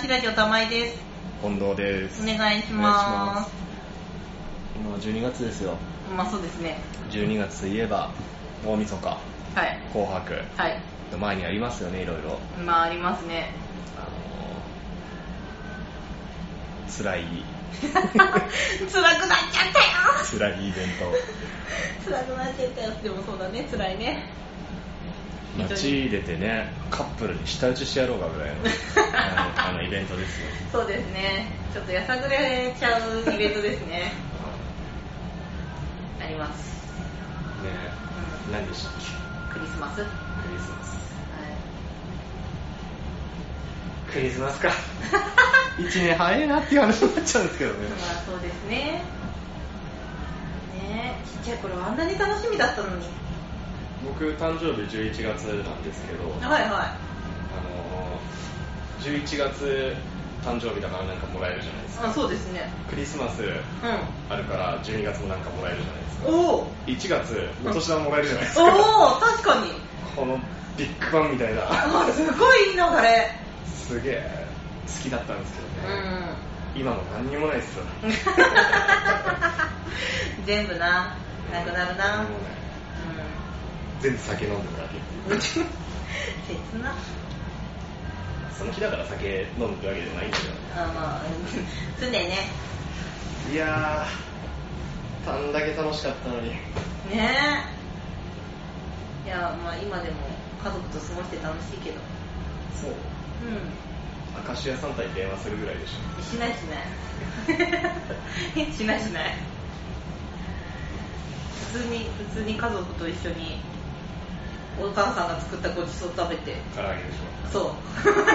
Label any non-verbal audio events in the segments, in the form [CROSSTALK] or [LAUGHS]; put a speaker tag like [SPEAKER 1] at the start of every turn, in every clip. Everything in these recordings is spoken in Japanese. [SPEAKER 1] しラジオ玉井です。
[SPEAKER 2] 近藤です
[SPEAKER 1] お願いします。
[SPEAKER 2] もう12月ですよ
[SPEAKER 1] まあそうですね。
[SPEAKER 2] 12月といえば大晦日
[SPEAKER 1] はい。
[SPEAKER 2] 紅白
[SPEAKER 1] はい。
[SPEAKER 2] の前にありますよねいろいろ
[SPEAKER 1] まあありますね。
[SPEAKER 2] [LAUGHS] あの辛い
[SPEAKER 1] 辛くなっちゃったよ
[SPEAKER 2] 辛いイ [LAUGHS] ベン
[SPEAKER 1] 辛くなっちゃったよ。でもそうだね、辛いね。
[SPEAKER 2] ト街出てねカップルに舌打ちしてやろうかぐ [LAUGHS] らいのあのあのイベントですよ
[SPEAKER 1] そうですね。ちょっとやさぐれちゃうイベントですね。あります。
[SPEAKER 2] ね
[SPEAKER 1] う
[SPEAKER 2] 何でしたっけ
[SPEAKER 1] んクリスマス。はい。
[SPEAKER 2] クリスマスクリスマスか [LAUGHS] 一年早いなっていう話になっちゃうんですけどね
[SPEAKER 1] まあそうですね。ねえ、ちっちゃい頃はあんなに楽しみだったのに。
[SPEAKER 2] 僕誕生日11月なんですけど
[SPEAKER 1] はいは
[SPEAKER 2] あのー、11月誕生日だからなんかもらえるじゃないですか
[SPEAKER 1] い。あ、そうですね。
[SPEAKER 2] クリスマス
[SPEAKER 1] う
[SPEAKER 2] あるから12月もなんかもらえるじゃないですか
[SPEAKER 1] ん。おお。
[SPEAKER 2] 1月お年玉もらえるじゃないですか、
[SPEAKER 1] おお確かに
[SPEAKER 2] このビッグバンみたい
[SPEAKER 1] あ [LAUGHS]
[SPEAKER 2] な
[SPEAKER 1] すごいいいなこれ
[SPEAKER 2] すげえ好きだったんですけど
[SPEAKER 1] う
[SPEAKER 2] ね、今も何にもないですよ
[SPEAKER 1] [LAUGHS] ん全部ななくなるな
[SPEAKER 2] もうね全部酒飲んでるだけ
[SPEAKER 1] うん切な
[SPEAKER 2] その日だから酒飲むってわけじゃないんだけど
[SPEAKER 1] あまあうん常ね
[SPEAKER 2] いやーあんだけ楽しかったのに
[SPEAKER 1] ねえいやまあ今でも家族と過ごして楽しいけど
[SPEAKER 2] そう
[SPEAKER 1] う
[SPEAKER 2] 明石家サンタに電話するぐらいでしょ
[SPEAKER 1] んしない [LAUGHS] しないしないしない普通に普通に家族と一緒にお母さんが作ったごちそう食べて
[SPEAKER 2] 唐揚げでし
[SPEAKER 1] そう。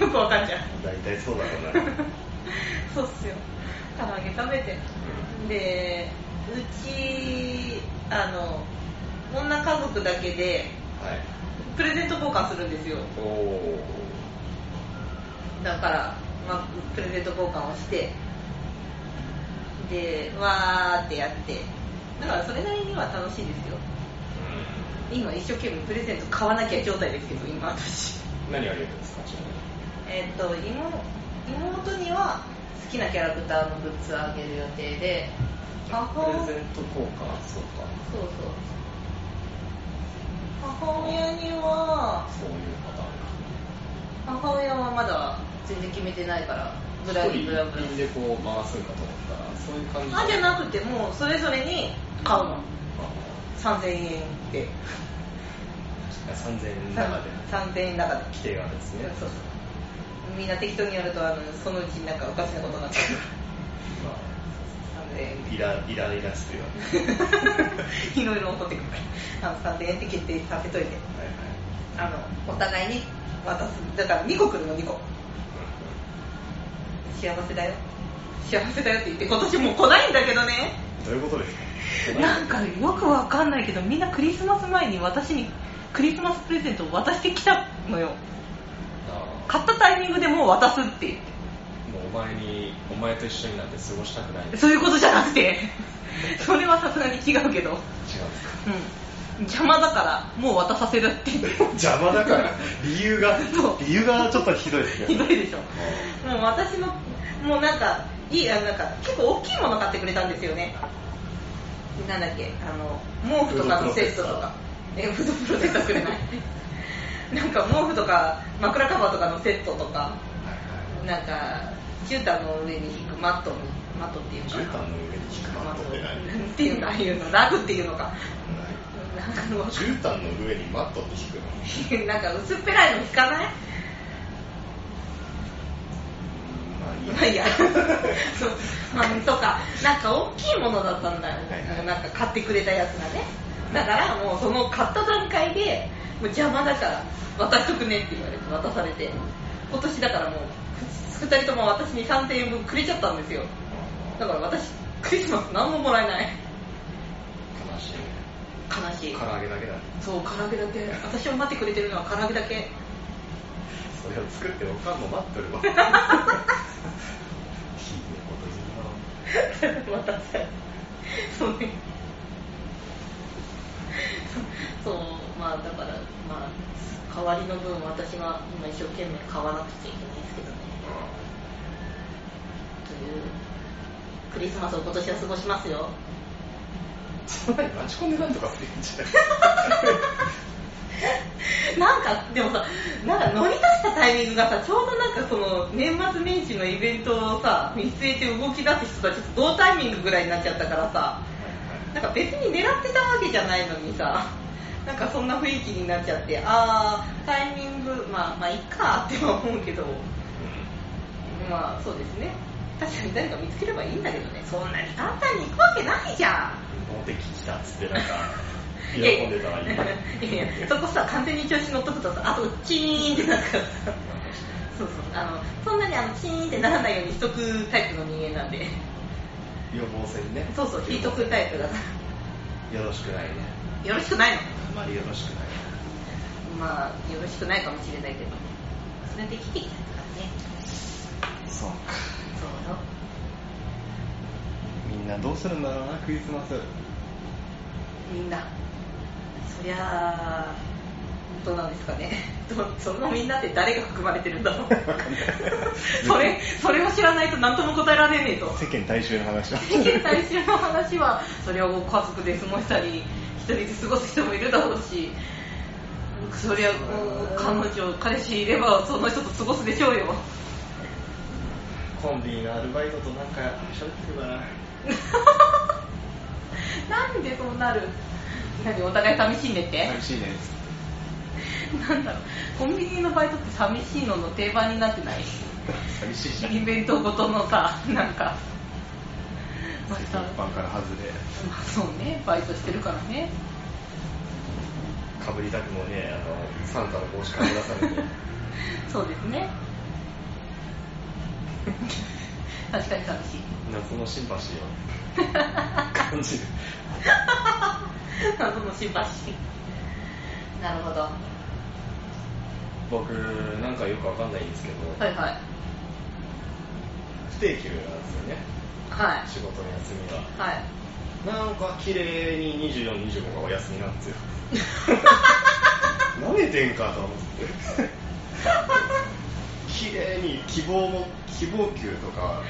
[SPEAKER 1] [LAUGHS] よくわかんじゃん。
[SPEAKER 2] ょ大体そうだろう [LAUGHS] なうん
[SPEAKER 1] そうっすよ。唐揚げ食べて。で、うち、あの、女家族だけで、
[SPEAKER 2] はい
[SPEAKER 1] プレゼント交換するんですよ。
[SPEAKER 2] おお
[SPEAKER 1] だから、まあ、プレゼント交換をして、で、わーってやって。だからそれなりには楽しいですよ。今一生懸命プレゼント買わなきゃ状態ですけど、今私。
[SPEAKER 2] 何あげるんですかちな
[SPEAKER 1] [LAUGHS] えっと妹妹には好きなキャラクターのグッズをあげる予定で母
[SPEAKER 2] み
[SPEAKER 1] 親
[SPEAKER 2] にプ
[SPEAKER 1] そ
[SPEAKER 2] レ
[SPEAKER 1] う
[SPEAKER 2] ゼント交換そうか
[SPEAKER 1] そう母親には
[SPEAKER 2] そういうパタ
[SPEAKER 1] 母親はまだ全然決めてないからブ
[SPEAKER 2] ー
[SPEAKER 1] ラ
[SPEAKER 2] ン
[SPEAKER 1] ブラブ
[SPEAKER 2] 一人でこう回すんかと思ったらそういう感じ
[SPEAKER 1] ラあじゃ
[SPEAKER 2] く
[SPEAKER 1] なくてもうそれぞれに買うの3000円で
[SPEAKER 2] 3000円の中で
[SPEAKER 1] 3000円の中で
[SPEAKER 2] 規定があるんですね
[SPEAKER 1] そうそうみんな適当にやるとあのそのうちになんかおかしなことになってくる
[SPEAKER 2] ま
[SPEAKER 1] 3000円
[SPEAKER 2] あイライライラしてるわけです
[SPEAKER 1] いろいろ怒ってくるから、あの3000円って決定させといて、
[SPEAKER 2] はいはい
[SPEAKER 1] あのお互いに渡す、だから2個来るの、2個。幸せだよ。幸せだよって言って、今年もう来ないんだけどね。
[SPEAKER 2] どういうことですか
[SPEAKER 1] なんかよくわかんないけど、みんなクリスマス前に私にクリスマスプレゼントを渡してきたのよ。
[SPEAKER 2] あ
[SPEAKER 1] 買ったタイミングでもう渡すって言っ
[SPEAKER 2] ーもうお前にお前と一緒になって過ごしたくない違うん
[SPEAKER 1] て。
[SPEAKER 2] です
[SPEAKER 1] そういうことじゃなくて、 [LAUGHS] それはさすがに違うけど、うん。邪魔だから、もう渡させるって言って。
[SPEAKER 2] か [LAUGHS] 邪魔だから理由が
[SPEAKER 1] そう
[SPEAKER 2] 理由がちょっとひどいですね
[SPEAKER 1] [LAUGHS] ひどいでしょ。もう私の、もうなんか、いい、あのなんか、結構大きいもの買ってくれたんですよね。なんだっけ、あの、毛布とかのセットとか。え、フードプロセッサーくれない。 [LAUGHS] なんか毛布とか、枕カバーとかのセットとか、なんか、絨毯の上に引くマット、マットっていうの
[SPEAKER 2] 絨
[SPEAKER 1] か
[SPEAKER 2] 毯の
[SPEAKER 1] な。
[SPEAKER 2] 上に引くマットって
[SPEAKER 1] な
[SPEAKER 2] 何
[SPEAKER 1] んていうの、ああいうの、ラグっていうのか。なんかわかん
[SPEAKER 2] 絨毯の上にマットって引くの
[SPEAKER 1] ない、なんか薄っぺらいの引かない
[SPEAKER 2] まあいい
[SPEAKER 1] まあいいや、そう、まあ、とか、なんか大きいものだったんだよ、
[SPEAKER 2] はいはい
[SPEAKER 1] もうなんか買ってくれたやつがね。だからもうその買った段階で、もう邪魔だから、渡しとくねって言われて、渡されて、今年だからもう、ふ二人とも私に3000円分くれちゃったんですよ。だから私、クリスマス何ももらえない。
[SPEAKER 2] 悲しいね
[SPEAKER 1] 悲しい
[SPEAKER 2] 唐。揚げだけだ
[SPEAKER 1] そう、唐揚げだけ。私を待ってくれてるのは唐揚げだけ。
[SPEAKER 2] それを作っておかんも待っとるわひどいこと言うな
[SPEAKER 1] 渡されそうねそうまあだからまあ代わりの分私は今一生懸命買わなくちゃいけないですけどねというクリスマスを今年は過ごしますよ
[SPEAKER 2] そんなに待ち込んでなんとかするんじゃない
[SPEAKER 1] なんかでもさなんか乗り出したタイミングがさちょうどなんかその年末年始のイベントをさ見据えて動き出す人たちと同タイミングぐらいになっちゃったからさなんか別に狙ってたわけじゃないのにさなんかそんな雰囲気になっちゃってあータイミングまあまあいっかっては思うけどまあそうですね確かに誰か見つければいいんだけどねそんなに簡単に行くわけないじゃん
[SPEAKER 2] 持ってきたっつってなんか喜ん
[SPEAKER 1] いやいや
[SPEAKER 2] でたらい [LAUGHS] いね
[SPEAKER 1] いやいやそこさ完全に調子乗っとくとさあとチーンってなんかさそうそうあのそんなにあのチーンってならないようにしとくタイプの人間なんで
[SPEAKER 2] 予防線ね
[SPEAKER 1] そうそう引いとくタイプだか
[SPEAKER 2] よろしくないね
[SPEAKER 1] らよろしくないの
[SPEAKER 2] あまりよろしくない
[SPEAKER 1] まあよろしくないかもしれないけどそれで生きてきたからね
[SPEAKER 2] そうか
[SPEAKER 1] そうよ
[SPEAKER 2] みんなどうするんだろうなクリスマス
[SPEAKER 1] みんなそりゃあどうなんですかね [LAUGHS] どそのみんなって誰が含まれてるんだろうそれそれを知らないと何とも答えられね [LAUGHS] えと
[SPEAKER 2] 世間大衆の話 [LAUGHS] だ
[SPEAKER 1] 世間大衆の話はそれを家族で過ごしたり一人で過ごす人もいるだろうしそりゃ彼女彼氏いればその人と過ごすでしょうよ
[SPEAKER 2] コンビニのアルバイトとなんか喋ってるかな
[SPEAKER 1] なんでそうなる何お互い寂しいねって、
[SPEAKER 2] 寂しいね
[SPEAKER 1] なんだろうコンビニのバイトって寂しいのの定番になってない
[SPEAKER 2] 寂しい [LAUGHS] じゃん
[SPEAKER 1] イベントごとのさなんかま
[SPEAKER 2] 一
[SPEAKER 1] た
[SPEAKER 2] 般から外れ
[SPEAKER 1] まあそうねバイトしてるからね
[SPEAKER 2] かぶりたくもねあのサンタの帽子かぶらされ [LAUGHS] て
[SPEAKER 1] [LAUGHS] そうですね確かに寂しい
[SPEAKER 2] 夏のシンパシーを感じる [LAUGHS]
[SPEAKER 1] 謎の心配しなるほどは
[SPEAKER 2] 僕なんかよくわかんないんですけど、
[SPEAKER 1] いはいはい
[SPEAKER 2] 不定休なんですよね仕事の休みは [LAUGHS]
[SPEAKER 1] はい
[SPEAKER 2] なんか綺麗に2425がお休みなんですよなめてんかと思って [LAUGHS] 綺麗に希望も希望給とか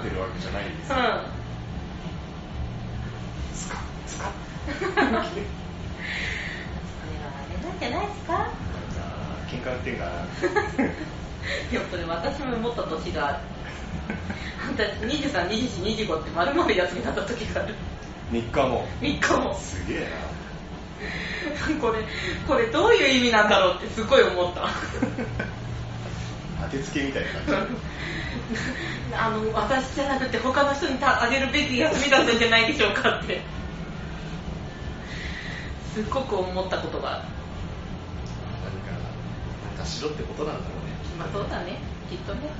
[SPEAKER 2] 取ってるわけじゃないんですよ、つかつか
[SPEAKER 1] うんそれはあれなんじゃないですか
[SPEAKER 2] じゃあ喧嘩売ってんかな [LAUGHS]
[SPEAKER 1] でもそれ私も思った年がある私23、24、25って丸々休みだった時がある
[SPEAKER 2] 3日も
[SPEAKER 1] 3日も [LAUGHS]
[SPEAKER 2] すげえ
[SPEAKER 1] これこれどういう意味なんだろうってすごい思った [LAUGHS]
[SPEAKER 2] な当てつけみたいな感じ
[SPEAKER 1] あの私じゃなくて他の人にあげるべき休みだったんじゃないでしょうかってすっごく思ったことがある
[SPEAKER 2] 何かなんかしろってことなんだろうね
[SPEAKER 1] まあそうだねきっとね
[SPEAKER 2] という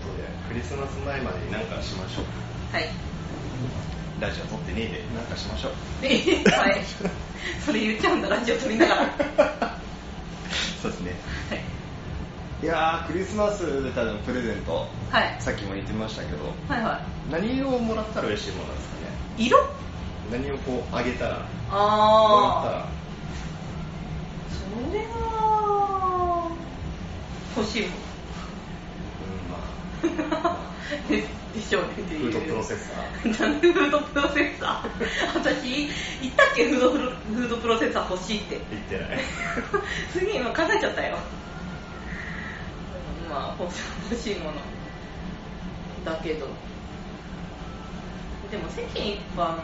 [SPEAKER 2] ことでクリスマス前までに何かしましょう
[SPEAKER 1] はい [LAUGHS]
[SPEAKER 2] ラジオ撮ってねえで何かしましょ [LAUGHS] う
[SPEAKER 1] はいそれ言っちゃうんだラジオ撮りながらはい
[SPEAKER 2] そうですねいやークリスマスでたのプレゼント
[SPEAKER 1] はい
[SPEAKER 2] さっきも言ってましたけど
[SPEAKER 1] はいは
[SPEAKER 2] 何をもらったら嬉しいものなんですかね
[SPEAKER 1] い色
[SPEAKER 2] 何をこうあげたらもらった
[SPEAKER 1] ああ
[SPEAKER 2] ら
[SPEAKER 1] それは欲しいもん [LAUGHS]
[SPEAKER 2] うんまあ
[SPEAKER 1] ででしょうねって
[SPEAKER 2] フ
[SPEAKER 1] いう
[SPEAKER 2] ードプロセッサー
[SPEAKER 1] なんでフードプロセッサー [LAUGHS] 私言ったっけフードプロフードプロセッサー欲しいって
[SPEAKER 2] 言ってない
[SPEAKER 1] [LAUGHS] すげえ今考えちゃったよまあ欲し欲しいものだけどでも世間一般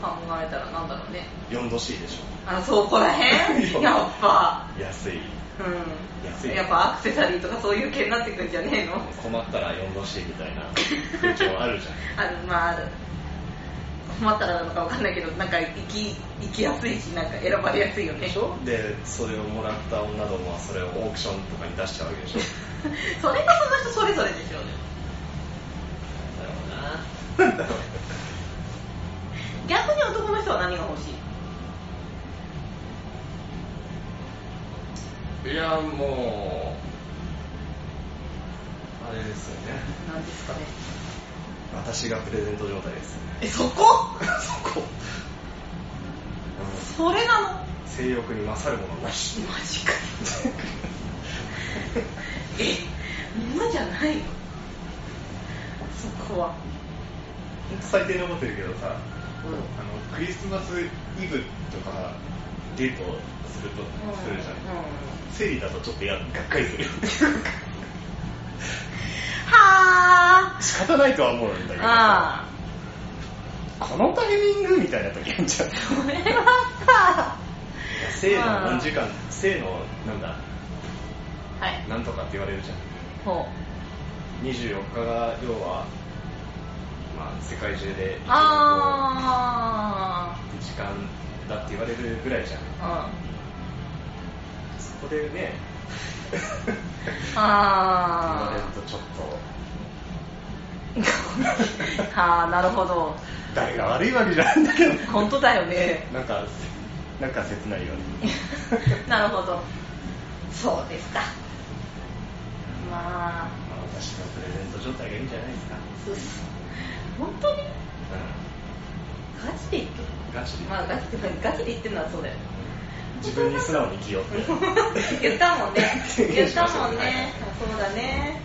[SPEAKER 1] 考えたらなんだろうね
[SPEAKER 2] 4度 C でしょ
[SPEAKER 1] あそこらへ
[SPEAKER 2] [LAUGHS]
[SPEAKER 1] んやっぱ
[SPEAKER 2] 安い安
[SPEAKER 1] う
[SPEAKER 2] い
[SPEAKER 1] んやっぱアクセサリーとかそういう系になってくんじゃねえの
[SPEAKER 2] 困ったら4度 C みたいな風潮あるじゃん
[SPEAKER 1] あるまあある困ったらなのかわかんないけどなんか行き行きやすいしなんか選ばれやすいよね
[SPEAKER 2] でし
[SPEAKER 1] [LAUGHS]
[SPEAKER 2] ょでそれをもらった女どもはそれをオークションとかに出しちゃうわけでしょ
[SPEAKER 1] それがその人それぞれでしょう
[SPEAKER 2] だろ
[SPEAKER 1] ね
[SPEAKER 2] うな [LAUGHS] なんだろう
[SPEAKER 1] 逆に男の人は何が欲しい
[SPEAKER 2] いやもうあれですよね
[SPEAKER 1] なんですかね
[SPEAKER 2] 私がプレゼント状態です [LAUGHS]
[SPEAKER 1] えそこ
[SPEAKER 2] そこ、
[SPEAKER 1] それなの
[SPEAKER 2] うん性欲に勝るものなし
[SPEAKER 1] マジかえ物じゃないのそこは
[SPEAKER 2] 本当最低に思ってるけどさあ
[SPEAKER 1] うん
[SPEAKER 2] のクリスマスイブとかデートするとするじゃん、
[SPEAKER 1] うん
[SPEAKER 2] 生理だとちょっとやがっかりする [LAUGHS]
[SPEAKER 1] は
[SPEAKER 2] 仕方ないとは思うんだけどさ
[SPEAKER 1] ああ
[SPEAKER 2] このタイミングみたいな時あるじゃん
[SPEAKER 1] これは
[SPEAKER 2] 生の何時間生のなんだ
[SPEAKER 1] さはい
[SPEAKER 2] なんとかって言われるじゃん
[SPEAKER 1] ほ
[SPEAKER 2] 24日が要は、まあ、世界中で一
[SPEAKER 1] う
[SPEAKER 2] 番こ
[SPEAKER 1] あ
[SPEAKER 2] う時間だって言われるぐらいじゃん
[SPEAKER 1] あ
[SPEAKER 2] そこで [LAUGHS] ね
[SPEAKER 1] うん
[SPEAKER 2] 言われる
[SPEAKER 1] あ
[SPEAKER 2] とちょっと
[SPEAKER 1] あ [LAUGHS] はあなるほど
[SPEAKER 2] 誰が悪いわけじゃないんだけど
[SPEAKER 1] 本当だよね [LAUGHS]
[SPEAKER 2] なんかなんか切ないよね
[SPEAKER 1] なるほどそうですかまあ
[SPEAKER 2] まあ私のプレゼント状態がいいんじゃないですか、
[SPEAKER 1] うっ本当に
[SPEAKER 2] う
[SPEAKER 1] ガチで言ってる
[SPEAKER 2] ん、ガチで、
[SPEAKER 1] まあガチでガチで言ってるのはそうだよ
[SPEAKER 2] 自分に素直に生きよう [LAUGHS] って
[SPEAKER 1] [LAUGHS] 言ったもんね言ったもんねそうだね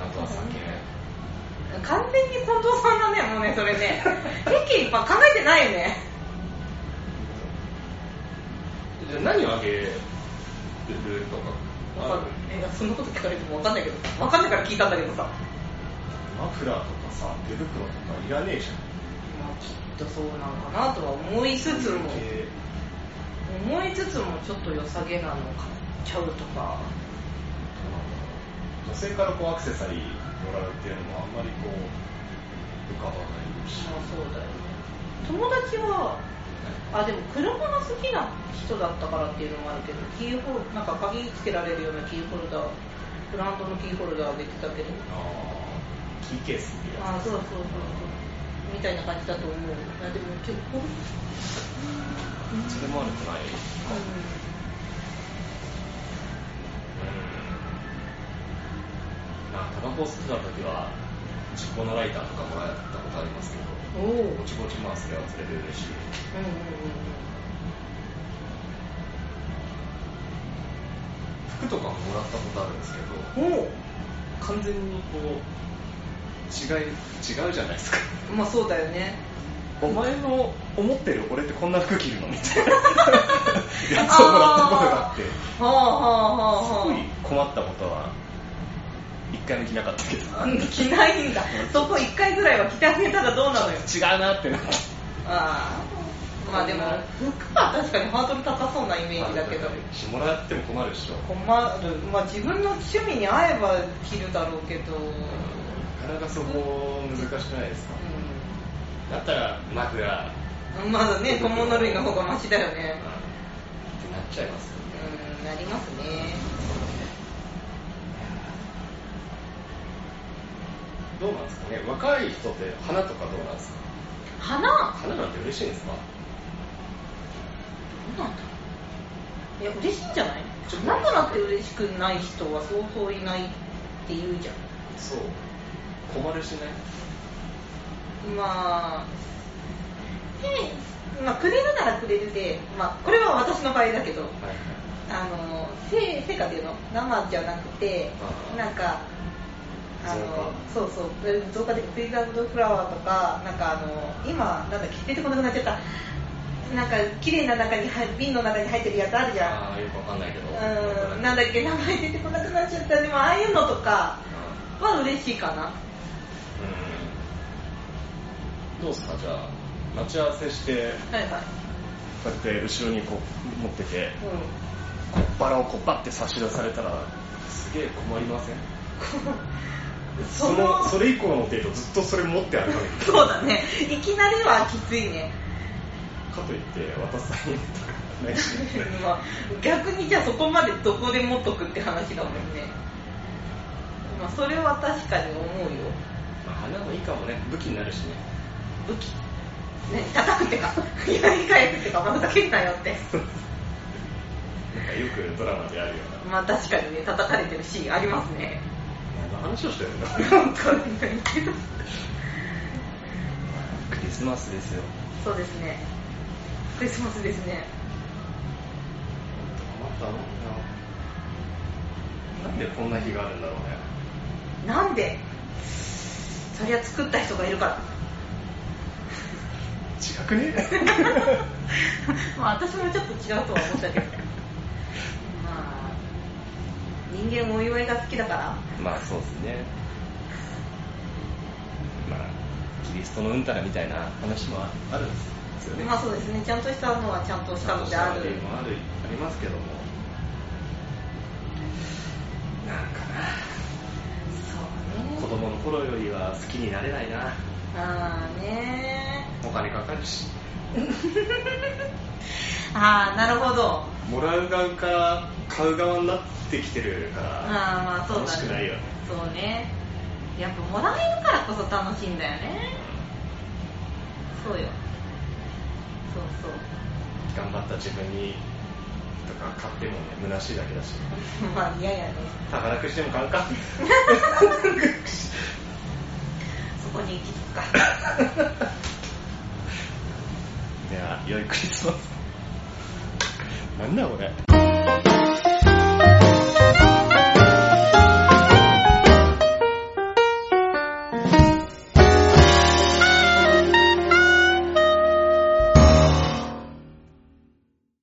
[SPEAKER 2] あとは酒
[SPEAKER 1] 完全に近藤さんだねもうねそれね平均一般考えてないよね
[SPEAKER 2] じゃあ何をあげるとか
[SPEAKER 1] わかんないえそんなこと聞かれても分かんないけど分かんないから聞いたんだけどさま
[SPEAKER 2] マフラーとかさ手袋とかいらねえじゃん
[SPEAKER 1] あきっとそうなのかなとは思いつつも思いつつもちょっと良さげなの買っちゃうとか
[SPEAKER 2] 女性からこうアクセサリーもらうっていうのもあんまりこう浮かばないし
[SPEAKER 1] まあそうだよね友達はあでも車が好きな人だったからっていうのもあるけどキーホルなんか鍵つけられるようなキーホルダーフラントのキーホルダーできたけど
[SPEAKER 2] あーキーケースっていうや
[SPEAKER 1] ああそうそうそうそうみたいな感じだと思うあでも結婚
[SPEAKER 2] つそれも悪くないうんまあタバコを吸ってた時はチコのライターとかもらったことありますけど
[SPEAKER 1] うんおおうんうんうん
[SPEAKER 2] ぼちぼちまあそれはそれで嬉しい服とかももらったことあるんですけど
[SPEAKER 1] うんおお
[SPEAKER 2] 完全にこう違い違うじゃないですか
[SPEAKER 1] まあそうだよね
[SPEAKER 2] お前の思ってる俺ってこんな服着るのみ
[SPEAKER 1] [LAUGHS]
[SPEAKER 2] たいなやつをもらったことがあってす
[SPEAKER 1] はあはあはあ
[SPEAKER 2] ごい
[SPEAKER 1] は
[SPEAKER 2] 困ったことは一回も着なかったけど
[SPEAKER 1] あ着ないんだそこ一回ぐらいは着てあげたらどうなのよ
[SPEAKER 2] 違うなってなって
[SPEAKER 1] ああまあでも服は確かにハードル高そうなイメージだけど
[SPEAKER 2] もらっても困るでしょ
[SPEAKER 1] 困るまあ自分の趣味に合えば着るだろうけど、
[SPEAKER 2] なかなかそこ難しくないですかだったらマフラー
[SPEAKER 1] うん、まだね友の類の方がマシだよね
[SPEAKER 2] ってなっちゃいますよね
[SPEAKER 1] うんなりますね
[SPEAKER 2] どうなんですかね若い人って花とかどうなんですか
[SPEAKER 1] 花ど
[SPEAKER 2] 花なんて嬉しいんですか
[SPEAKER 1] うなんだいや嬉しいんじゃない花からって嬉しくない人はそうそういないって言うじゃん
[SPEAKER 2] そう困るしね
[SPEAKER 1] まあ、で、まあ、くれるならくれるで、まあ、これは私の場合だけど、
[SPEAKER 2] はいはい
[SPEAKER 1] あの、せ、せかっていうの生じゃなくて
[SPEAKER 2] あ、ー
[SPEAKER 1] なんか、あの、
[SPEAKER 2] 造
[SPEAKER 1] そうそう、増加的プリザードフラワーとか、なんかあの、今、なんだっけ、出てこなくなっちゃった。なんか、綺麗な中に入、瓶の中に入ってるやつあるじゃん。
[SPEAKER 2] ああよくわかんないけど
[SPEAKER 1] うん、なん
[SPEAKER 2] だ
[SPEAKER 1] だっけ、名前出てこなくなっちゃった。でも、ああいうのとかは嬉しいかな。
[SPEAKER 2] うんどうですかじゃあ待ち合わせして
[SPEAKER 1] はいはい。
[SPEAKER 2] こうやって後ろにこう持ってて
[SPEAKER 1] うん。
[SPEAKER 2] こっ腹をこうバッて差し出されたらすげえ困りません
[SPEAKER 1] そ
[SPEAKER 2] そ
[SPEAKER 1] の
[SPEAKER 2] のそれ以降のデートずっとそれ持って歩かない
[SPEAKER 1] そうだねいきなりはきついね
[SPEAKER 2] かといって渡さないとかないし
[SPEAKER 1] まあ逆にじゃあそこまでどこで持っとくって話だもんねまあそれは確かに思うよ
[SPEAKER 2] まあ花もいいかもね武器になるしね
[SPEAKER 1] 武器ね叩くってか槍返すってかまだけんなよって
[SPEAKER 2] なんかよくドラマであるような
[SPEAKER 1] まあ確かにね叩かれてるシーンありますね
[SPEAKER 2] 何の話をしてるんだ
[SPEAKER 1] 本当 [LAUGHS] に
[SPEAKER 2] クリスマスですよ
[SPEAKER 1] そうですねクリスマスですね
[SPEAKER 2] のなんでこんな日があるんだろうね
[SPEAKER 1] なんでそりゃ作った人がい
[SPEAKER 2] [LAUGHS]
[SPEAKER 1] るから
[SPEAKER 2] 違くね
[SPEAKER 1] まあ私もちょっと違うとは思ったけどまあ人間お祝いが好きだから
[SPEAKER 2] [LAUGHS] まあそうですねまあキリストのうんたらみたいな話もあるんですよね
[SPEAKER 1] まあそうですねちゃんとしたのはちゃんとしたのである
[SPEAKER 2] 理由もあるありますけどもなんか
[SPEAKER 1] そう
[SPEAKER 2] な
[SPEAKER 1] ね
[SPEAKER 2] 子供の頃よりは好きになれないな
[SPEAKER 1] ああね
[SPEAKER 2] お金かかるし
[SPEAKER 1] ああなるほど
[SPEAKER 2] もらう側から買う側になってきてるから
[SPEAKER 1] ああまあそうだね
[SPEAKER 2] 楽しくないよね
[SPEAKER 1] そうねやっぱもらえるからこそ楽しいんだよねそうよそうそ
[SPEAKER 2] 頑
[SPEAKER 1] う
[SPEAKER 2] 張った自分にとか買ってもね虚しいだけだし
[SPEAKER 1] [LAUGHS] まあ嫌やね
[SPEAKER 2] 宝くじでも買うか
[SPEAKER 1] そこに行き着くか
[SPEAKER 2] では良いクリスマスなんだこれ